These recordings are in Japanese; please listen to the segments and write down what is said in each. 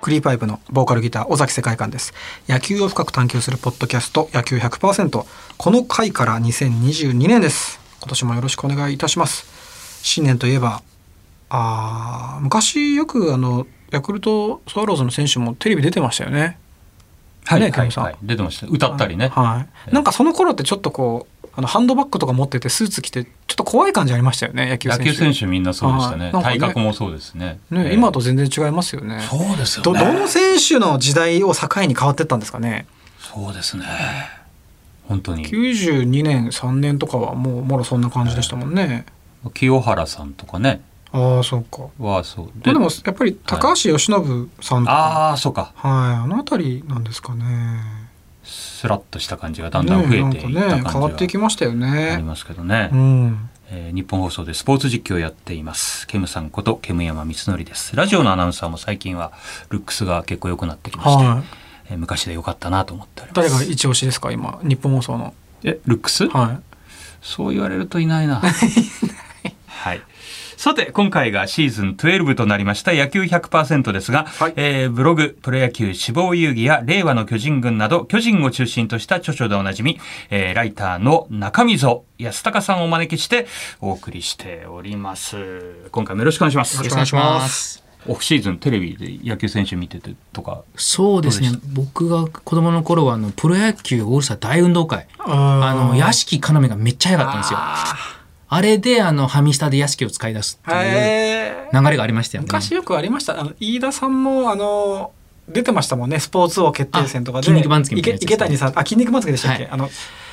クリーパイプのボーカルギター尾崎世界観です野球を深く探求するポッドキャスト野球100%この回から2022年です今年もよろしくお願いいたします新年といえばあー昔よくあのヤクルトスワローズの選手もテレビ出てましたよねはい、ねはケいムさんはい出てました歌ったりね、はい、なんかその頃ってちょっとこうあのハンドバッグとか持っててスーツ着てちょっと怖い感じありましたよね野球野選手球選手みんなそうでしたはねいなんかね体格もそうですねね、ええ今と全然違いますよねそうですよどねどの選手の時代を境に変わってったんですかねそうですね本当に92年3年とかはもうもろそんな感じでしたもんね、清原さんとかねああそうかはそうででもやっぱり高橋由伸さんとか、ああそうかはい、あの辺りなんですかね。スラッとした感じがだんだん増えていったねなん感かね、じ変わっていきがましたよありね。ますけどね、うん。えー日本放送でスポーツ実況をやっていますケムさんことケム山光則ですラジオのアナウンサーも最近はルックスが結構良くなってきまして、はい。えー昔で良かったなと思っておりま誰すが一押しですか今日本放送の。えルックス、はそう言われるといな いなはいさて今回がシーズン12となりました野球100%ですが、はいえーブログ「プロ野球志望遊戯」や「令和の巨人軍」など巨人を中心とした著書でおなじみ、えーライターの中溝康隆さんをお招きしてお送りしております今回もよろしくお願いしまよろすしくお願いします。オフシーズンテレビで野球選手見ててとかそうですねどう僕が子供の頃はあのプロ野球オールスター大運動会い。ああの屋敷要がめっちゃ速かったんですよあれであのハミスタで屋敷を使い出すっていうへー流れがありましたよね昔よくありました。あの飯田さんもあの出てましたもんね。スポーツ王決定戦とかで。あ筋肉番付みたいなやつ池池谷さん、あ筋肉番付でしたっけ？はいあの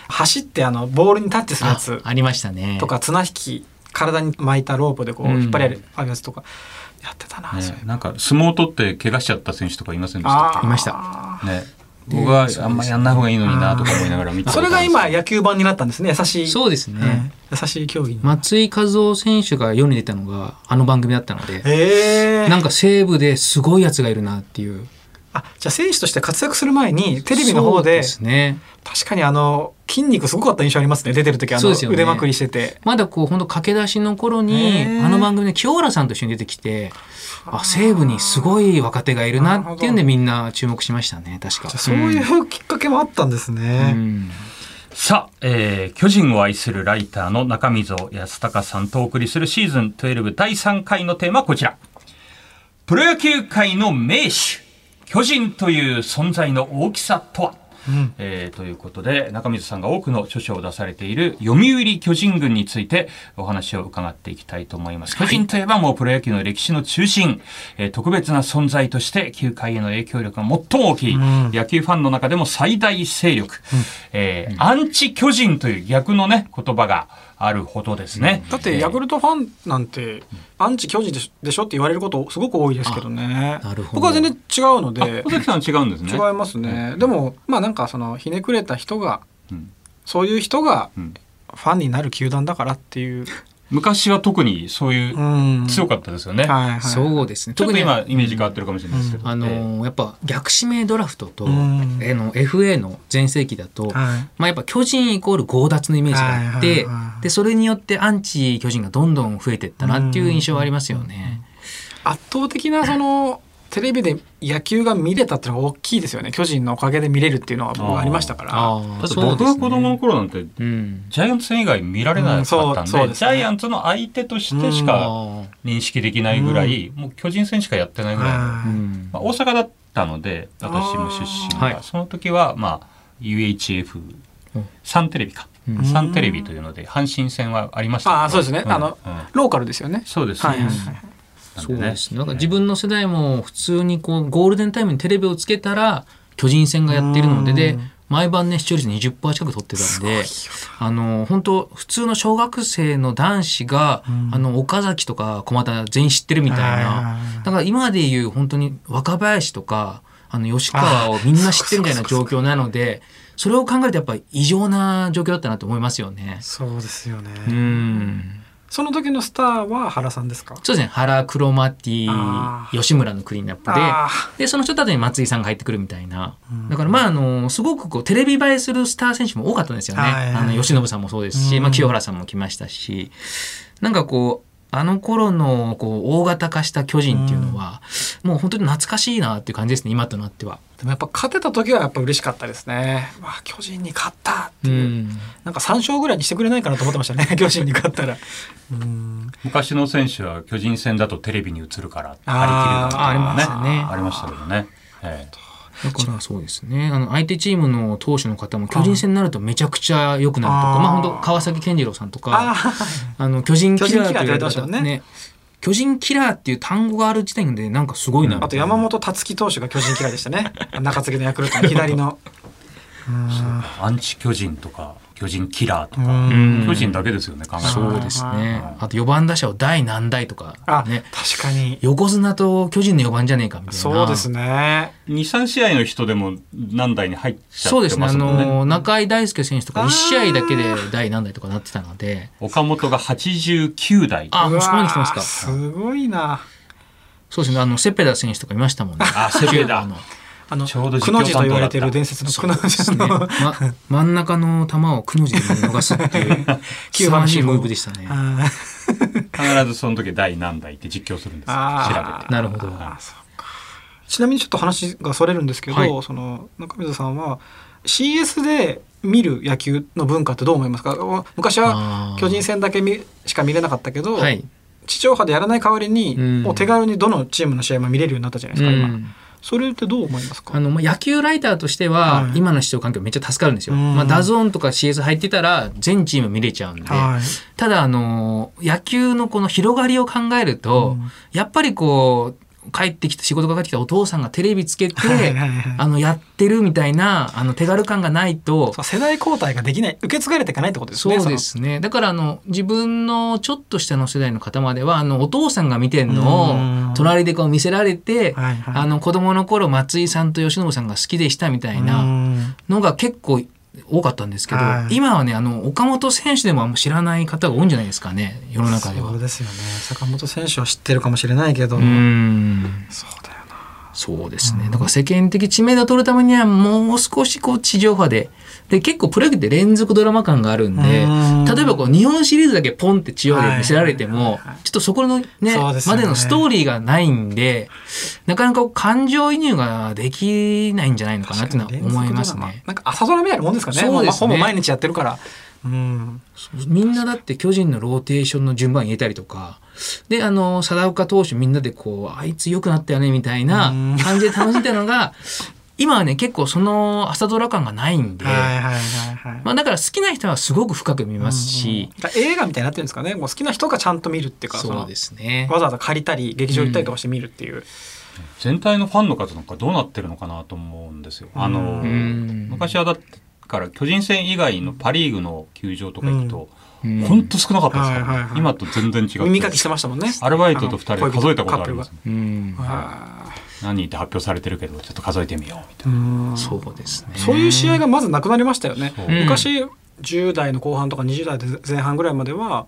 走ってあのボールにタッチするやあつありましたねとか綱引き体に巻いたロープでこううん引っ張りあるやつとかやってたな。そういねえばなんか相撲取って怪我しちゃった選手とかいませんでしたっあーいましたけね僕はあんまやんない方がいいのになとか思いながら見てたそれことあがるんです今野球版になったんですね優しいそうですね、うん優しい競技に、松井一夫選手が世に出たのがあの番組だったのでへえなんか西武ですごいやつがいるなっていうあじゃあ選手として活躍する前にテレビの方そうでですね確かにあの筋肉すごかった印象ありますね出てる時あその、うですよね腕まくりしててまだこう本当駆け出しの頃へにーあの番組で清原さんと一緒に出てきてあ西武にすごい若手がいるなっていうんでみんな注目しましたね確かじゃあそういうきっかけもあったんですうん、ね、さあ、えー巨人を愛するライターの中溝康隆さんとお送りするシーズン12第3回のテーマはこちら。プロ野球界の名手、巨人という存在の大きさとは、えーということで、中水さんが多くの著書を出されている読売巨人軍についてお話を伺っていきたいと思います。巨人といえばもうプロ野球の歴史の中心、えー特別な存在として球界への影響力が最も大きい、野球ファンの中でも最大勢力、えーアンチ巨人という逆のね、言葉があるほどですね。だってヤクルトファンなんてアンチ巨人でしょでしょって言われることすごく多いですけどねあなるほど僕は全然違うので小崎さん違うんですね。違いますね、でもまあなんかそのひねくれた人がうんそういう人がうんファンになる球団だからっていう、昔は特にそういううん、強かったですよね。はいはい、そうですねちょっと特に今イメージ変わってるかもしれないですけど。あのーやっぱ逆指名ドラフトと、うんえーの FA の全盛期だと、はいまあ、やっぱ巨人イコール強奪のイメージがあって、はいはいはいでそれによってアンチ巨人がどんどん増えていったなっていう印象はありますよね。圧倒的なそのテレビで野球が見れたってのが大きいですよね巨人のおかげで見れるっていうのは僕はありましたからあだあってそう僕でがす子供のね。頃なんてうんジャイアンツ戦以外見られなかったうんんそうそうで,、ですジねャイアンツの相手としてしかあ認識できないぐらい、もう巨人戦しかやってないぐらいの、まーうんあ、大阪だったので私も出身が、あーはいその時はまあ UHF うんサンテレビか、うんサンテレビというので阪神戦はありましたけどあーそうですねあのうんローカルですよねそうですはいね、はいなんはいそうねですね。なんか自分の世代も普通にこうゴールデンタイムにテレビをつけたら巨人戦がやっているので、うでん毎晩ね視聴率20%近く取ってたんで、あの本当普通の小学生の男子が、あの岡崎とか駒田全員知ってるみたいはいはいなはい。だから今で言う本当に若林とかあの吉川をみんな知ってるみたいな状況なので、それを考えるとやっぱり異常な状況だったなと思いますよね。そうですよね、うん。その時のスターは原さんですかそうですね。原クロマテあーィ、吉村のクリーンナップで。あーでその人たちに松井さんが入ってくるみたいな、うんだからまああのすごくこうテレビ映えするスター選手も多かったんですよね、はいはいあの吉信さんもそうですし、うんまあ、清原さんも来ましたしなんかこうあの頃のこう大型化した巨人っていうのは、もう本当に懐かしいなっていう感じですね今となっては。でもやっぱ勝てた時はやっぱ嬉しかったですね。わあ巨人に勝ったっていう、なんか3勝ぐらいにしてくれないかなと思ってましたね巨人に勝ったら。うん昔の選手は巨人戦だとテレビに映るからあー張り切るなんていうのあありましたけどね。えだからそうですねあの相手チームの投手の方も巨人戦になるとめちゃくちゃ良くなるとかあーまあ本当川崎健次郎さんとあかーあの巨人キラーと巨人キラーって言われいうてましたもんね巨人キラーっていう単語がある時点でなんかすごいなみたいなあと山本達樹投手が巨人嫌いでしたね。中継ぎのヤクルトの左の。うんえアンチ巨人とか巨人キラーとうか、ん巨人だけですよね考えたそらうそうですねあと4番打者を第何代とかあ、ね確かに。横綱と巨人の4番じゃねえかみたいなそうですね。 23試合の人でも何台に入っちゃそうっでてすねますあもんねの中井大輔選手とかあー1試合だけで第何代とかなってたので岡本が89台あうもわーうそこまで来てますかすごいな。そうですねあのセペダ選手とかいまし たもんねあセペダあのあの、ちょうど実況くの字と言われて担当だったる伝説のくのです字ね、のま。真ん中の球をくの字で逃すっていう 九凄番まのじいシーンムーブでしたね。あー必ずその時第何台って実況するんですよ調べあーてなるほどあーそうかちなみにちょっと話がそれるんですけど、はいその中水さんは CS で見る野球の文化ってどう思いますかお昔はあー巨人戦だけ見しか見れなかったけど、はい、地上波でやらない代わりに、うんもう手軽にどのチームの試合も見れるようになったじゃないですか、う今んそれってどう思いますかあのまあ野球ライターとしては、はい今の視聴環境めっちゃ助かるんですよ。うんまあ、ダゾーンとか CS 入ってたら全チーム見れちゃうんで、はいただあの野球のこの広がりを考えるうと、んやっぱりこう帰ってきた仕事が帰ってきたお父さんがテレビつけて、はいはい はいあのやってるみたいなあの手軽感がないとそう世代交代ができない受け継がれていかないってことですそねうですね。だからあの自分のちょっと下の世代の方まではあのお父さんが見てんうんのを隣でこう見せられて、はいはいあの子供の頃松井さんと吉野さんが好きでしたみたいななのが結構多かったんですけど、はい今はねあの岡本選手でもあんま知らない方が多いんじゃないですかね世の中ではそう。ですよね坂本選手は知ってるかもしれないけど、うんそうだよなそうですね。だから世間的知名度を取るためにはもう少しこう地上波で。で、結構プロ野球って連続ドラマ感があるんで、うん例えばこう日本シリーズだけポンって地上波で見せられてはいはもいはいはい、ちょっとそこのね、そうですよまねでのストーリーがないんで、なかなかこう感情移入ができないんじゃないのかなっていうのは思います確かに連続ドラマね。なんか朝ドラみたいなもんですかねそうですねもほぼ毎日やってるからうんみんなだって巨人のローテーションの順番入れたりとか、で、あの、貞岡投手みんなでこう、あいつ良くなったよねみたいなうん感じで楽しんでたのが、今はね、結構その朝ドラ感がないんで、はいはいはいはい、まあだから好きな人はすごく深く見ますし、だから映画みたいになってるんですかねもう好きな人がちゃんと見るっていうかそうですすね。わざわざ借りたり劇場行ったりとかして見るっていう、全体のファンの数なんかどうなってるのかなと思うんですよ。あのうん昔はだから巨人戦以外のパ・リーグの球場とか行くとうん本当少なかったですからね、はいはいはい今と全然違って耳かきしてましたもんねアルバイトと2人で数えたことありますカッもんうんプルがあ何人って発表されてるけどちょっと数えてみようみたいーうんそうですね。そういう試合がまずなくなりましたよねそう。うん昔10代の後半とか20代で前半ぐらいまでは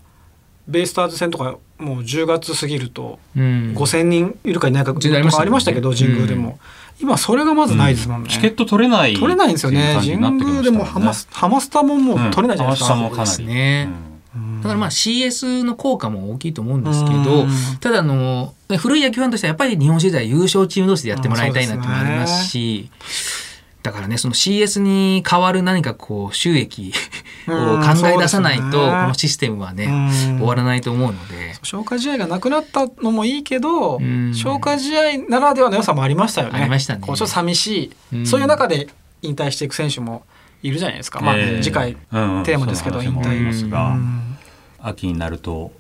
ベイスターズ戦とかもう10月過ぎるとうん、 5,000人いるかいないかと時代ありましかたありましたけどうん神宮でも今それがまずないですもんなね。チケット取れない取れないんですよね。ってい神う感じに宮なっでてきもましたハねマスハマスタももう取れないじゃないですか。うんハマスタもかなりそうですねうんだからまあ CS の効果も大きいと思うんですけど、うんただあの古い野球ファンとしてはやっぱり日本時代優勝チーム同士でやってもらいたいなってのもありますし、だからねその CS に代わる何かこう収益をうん考え出さないと、そうですこねのシステムはね、うん終わらないと思うので。消化試合がなくなったのもいいけど、うん消化試合ならではの良さもありましたよね。ありましたねこうちょっと寂しい、うんそういう中で引退していく選手もいるじゃないですか。まあ、えー次回、うんうんテーマですけどその話も引退ありますうが、ん秋になると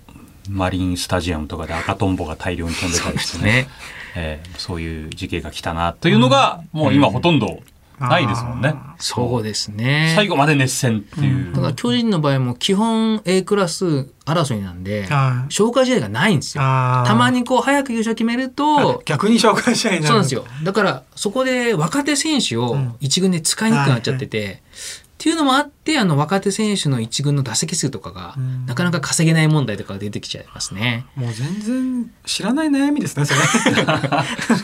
マリンスタジアムとかで赤とんぼが大量に飛んでたりしてねね、えーそういう時期が来たなというのが、もう今ほとんどないですもんね。そうですね。最後まで熱戦っていう。だから巨人の場合も基本 A クラス争いなんで、あー消化試合がないんですよ。あーたまにこう早く優勝決めるあと、逆に消化試合になるそうなんですよ。だからそこで若手選手うをん一軍で使いにくくなっちゃってて、っていうのもあってあの若手選手の一軍の打席数とかが、うんなかなか稼げない問題とかが出てきちゃいますね。もう全然知らない悩みです ねそれしか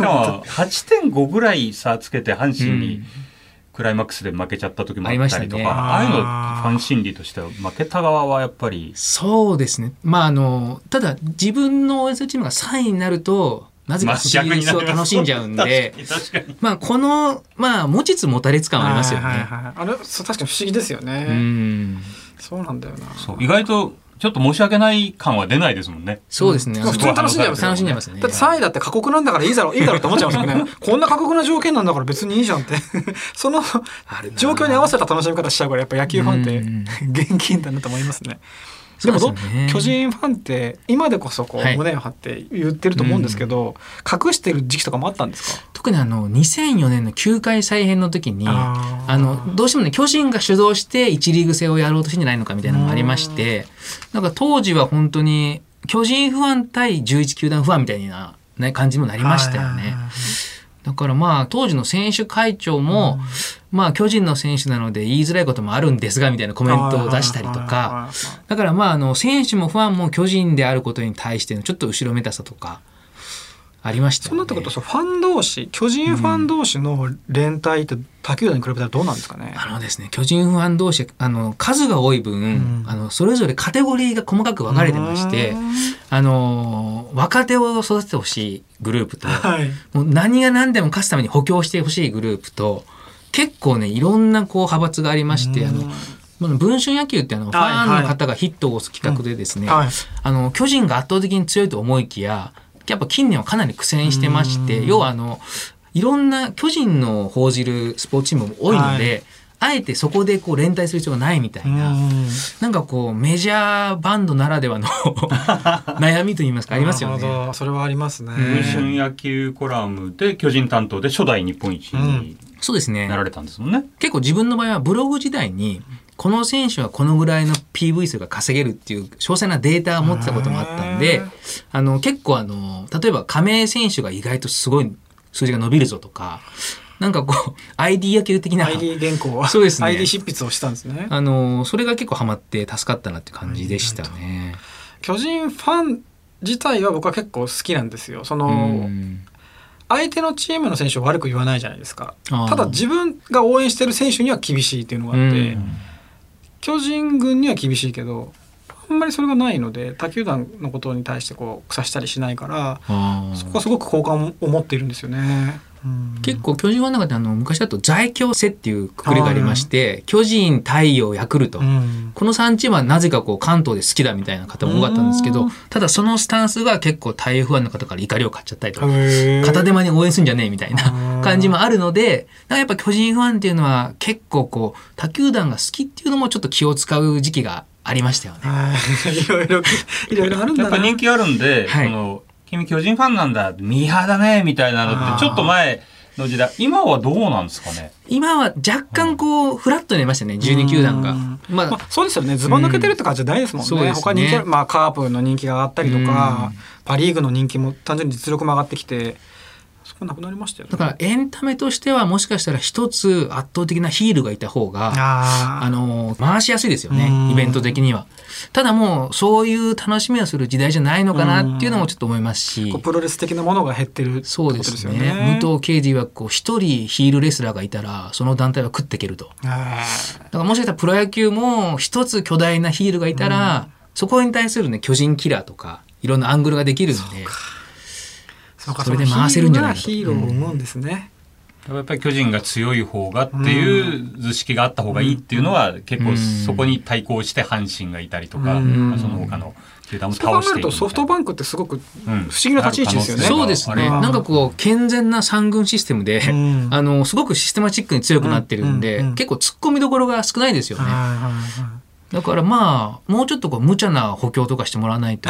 も8.5ぐらい差つけて阪神にクライマックスで負けちゃった時もあありまっしたたねりとか、あーああいうのファン心理としては負けた側はやっぱりそうですね。まああのただ自分の応援するチームが3位になるとなぜまかあ不思逆議に なりそうます楽しんじゃうんで、確かに確かにまあこのまあ持ちつ持たれつ感はありますよね。はいはいはいあれそう確かに不思議ですよね、うん。そうなんだよなそう意外とちょっと申し訳ない感は出ないですもんねそうですね。まあ普通に楽しんじゃいますよ楽しんじゃいますねだって3位だって過酷なんだからいいだろういいだろうって思っちゃいますよ ねこんな過酷な条件なんだから別にいいじゃんって そのあるな状況に合わせた楽しみ方しちゃうからやっぱ野球ファンってうん現金だなと思いますね。そうですどよね巨人ファンって今でこそこはうい胸を張って言ってると思うんですけど、隠してる時期とかもあったんですか特にあの2004年の球界再編の時にああーのどうしてもね巨人が主導して一リーグ制をやろうとしてんじゃないのかみたいなのがありましてなんか当時は本当に巨人不安対11球団不安みたいな、ね、感じにもなりましたよね。だからまあ当時の選手会長も、まあ巨人の選手なので言いづらいこともあるんですがみたいなココメントを出したりとか。だからまああの選手もファンも巨人であることに対してのちょっと後ろめたさとかありましたよそね。んなってことはそうファン同士巨人ファン同士の連帯って他球団に比べたらどうなんですかね、あのですね巨人ファン同士あの数が多い分、んあのそれぞれカテゴリーが細かく分かれてましてうんあの若手を育ててほしいグループと、はいもう何が何でも勝つために補強してほしいグループと結構ねいろんなこう派閥がありましてあのうんまあ文春野球ってあのフはいはいァンの方がヒットを押す企画でですね、はいあの巨人が圧倒的に強いと思いきややっぱ近年はかなり苦戦してまして要はあのいろんな巨人の報じるスポーツチームも多いので、あえてそこでこう連帯する必要がないみたいな、なんかこうメジャーバンドならではの 悩みといいますかありますよなるね。ほどそれはありますね、ん文春野球コラムで巨人担当で初代日本一にそうですねなられたんですもんね。結構自分の場合はブログ時代にこの選手はこのぐらいの PV 数が稼げるっていう詳細なデータを持ってたこともあったんへでーあの結構あの例えば加盟選手が意外とすごい数字が伸びるぞとかなんかこう ID 野球的な ID 原稿はそうですね ID 執筆をしたんですねあのそれが結構ハマって助かったなって感じでしたね。巨人ファン自体は僕は結構好きなんですよそうのん相手のチームの選手を悪く言わないじゃないですかあーただ自分が応援してる選手には厳しいっていうのがあってうん巨人軍には厳しいけどあんまりそれがないので他球団のことに対してこう腐したりしないからあーそこはすごく好感を持っているんですよね、うん結構巨人ファンの中であの昔だと在京制っていうくくりがありまして巨人太陽ヤクルト、うんこの3チームはなぜかこう関東で好きだみたいな方も多かったんですけうどんただそのスタンスが結構大不安の方から怒りを買っちゃったりとかへー片手間に応援するんじゃねえみたいうんな感じもあるのでなんかやっぱ巨人ファンっていうのは結構こう他球団が好きっていうのもちょっと気を使う時期がありましたよね。 はいいろいろいろいろあるんやだっぱな人気あるんで、はいその君巨人ファンなんだミーハーだねみたいなのあっーてちょっと前の時代今はどうなんですかね今は若干こうフラットになりましたね12球団がうん。ままああ、そうですよねずば抜けてるって感じじゃないですもんうんそうね,、ですね他人気あるまあ、カープの人気が上がったりとか、うパ・リーグの人気も単純に実力も上がってきてそこなくなりましたよねだからエンタメとしてはもしかしたら一つ圧倒的なヒールがいた方がああの回しやすいですようねんイベント的にはただもうそういう楽しみをする時代じゃないのかなっていうのもちょっと思いますしこうプロレス的なものが減ってるってそこうとでですすねよね。武藤敬司はこう一人ヒールレスラーがいたらその団体は食っていけるとあだからもしかしたらプロ野球も一つ巨大なヒールがいたら、そこに対するね巨人キラーとかいろんなアングルができるんでそうかそれでの回せるんじゃないかとヒーローがヒーローを生むんですね。やっぱり巨人が強い方がっていう図式があった方がいいっていうのは結う構んそこに対抗して阪神がいたりとかうんまあその他の球団もそう考倒しえてるといくみたいなソフトバンクってすごく不思議な立ち位置ですよねそうですあれねはなんかこう健全な三軍システムで、うん あのすごくシステマチックに強くなってるんで、うんうんうん結構突っ込みどころが少ないですよね。はいはいはいだからまあもうちょっとこう無茶な補強とかしてもらわないと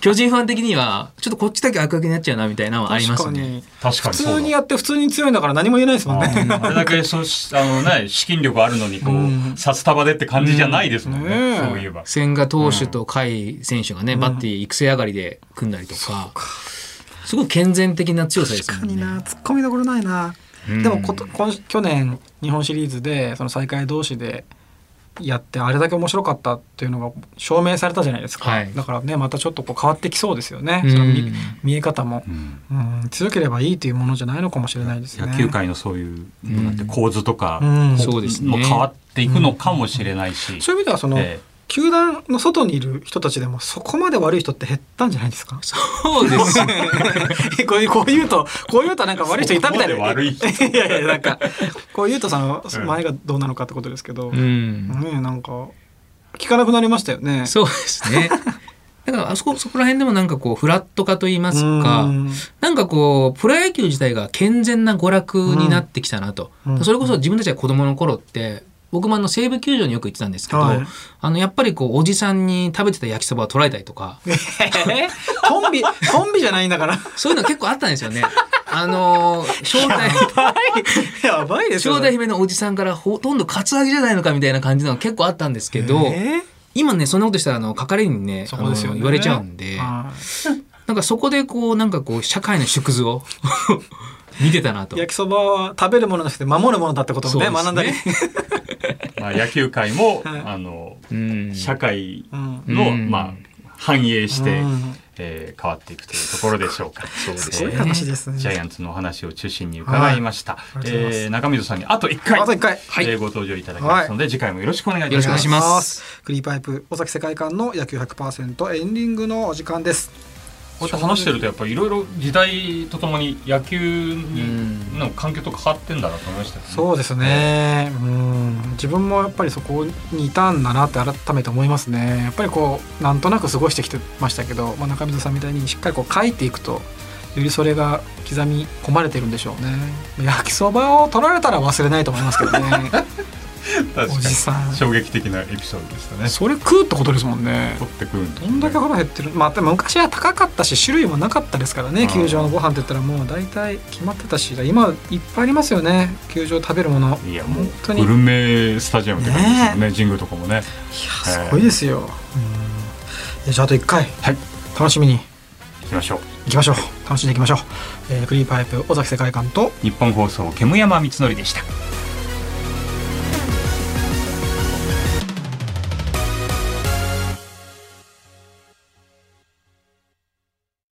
巨人ファン的にはちょっとこっちだけ悪役になっちゃうなみたいなのはありますね。確か普にそう通だにやって普通に強いんだから何も言えないですもんね。あーあれだけそうしあの、ね、資金力あるのにこうんう札束でって感じじゃないですもんうんねねえそういえば。千賀投手と甲斐選手がね、バッティ育成上がりで組んだりとか、すごく健全的な強さです確もかにんね。な突っ込みどころないな。うんでもこと今去年日本シリーズでその最下位同士でやってあれだけ面白かったっていうのが証明されたじゃないですか、はいだからねまたちょっとこう変わってきそうですよね、うんその見見え方もう、んうん、強ければいいというものじゃないのかもしれないですね。野球界のそういうのだって構図とかうんそうですねも変わっていくのかもしれないし、そういう意味ではその、え球団の外にいる人たちでもそこまで悪い人って減ったんじゃないです かそうですよこういうこう言うとこう言うとなんか悪い人いたみたいなそこまで悪い人いやいやなんかこう言うとそのうん前がどうなのかってことですけど、うねんえなんか聞かなくなりましたよね。そうですね。だからあそこそこら辺でもなんかこうフラット化と言いますか、うんなんかこうプロ野球自体が健全な娯楽になってきたなと、うんそれこそ自分たちが子供の頃って僕もあの西武球場によく行ってたんですけど、はいあのやっぱりこうおじさんに食べてた焼きそばを取られたりとかコンビコンビじゃないんだからそういうの結構あったんですよ ね。あのー正体やばいですよ正そ代れ。姫のおじさんからほとんどカツアゲじゃないのかみたいな感じのが結構あったんですけど、え今ねそんなことしたらあの係員にねーそこですよあねの言われちゃうんで、はいなんかそこでこうなんかこう社会の縮図を 見てたなと。焼きそばは食べるものじゃなくて守るものだってことをねそうですね学んだり、まあ、野球界も、 はいあのうん社会うんの、うんまあ、反映して、うんえー変わっていくというところでしょうか。そうですごい話ですねジャイアンツのお話を中心に伺いました。いありがとうございますえー中水さんにあと1回あと一回はいえーご登場いただきますので、次回もよろしくお願いいたしよまろしすくお願いし。ますクリーパイプ尾崎世界観の野球100%エンディングのお時間ですこうやって話してるとやっぱりいろいろ時代とともに野球嗯にの環境と変わってんだなと思いましたよね。そうですね、うん自分もやっぱりそこにいたんだなって改めて思いますねやっぱりこうなんとなく過ごしてきてましたけど、まあ、中水さんみたいにしっかりこう書いていくとよりそれが刻み込まれてるんでしょうね焼きそばを取られたら忘れないと思いますけどね 確かおにじさん衝撃的なエピソードでしたね。それ食うってことですもんね取ってくるんだどんだけ腹減ってるまあでも昔は高かったし種類もなかったですからうねん球場のご飯って言ったらもう大体決まってたし今いっぱいありますよね球場食べるものいやも本当うにグいルメスタジアムって感じですよね。神宮とかもね。やすごいですよ、うんいやじゃああと1回、はい楽しみに行きましょう。いきましょう楽しんでいきましょう、えークリーパイプ尾崎世界観と日本放送煙山光則でした。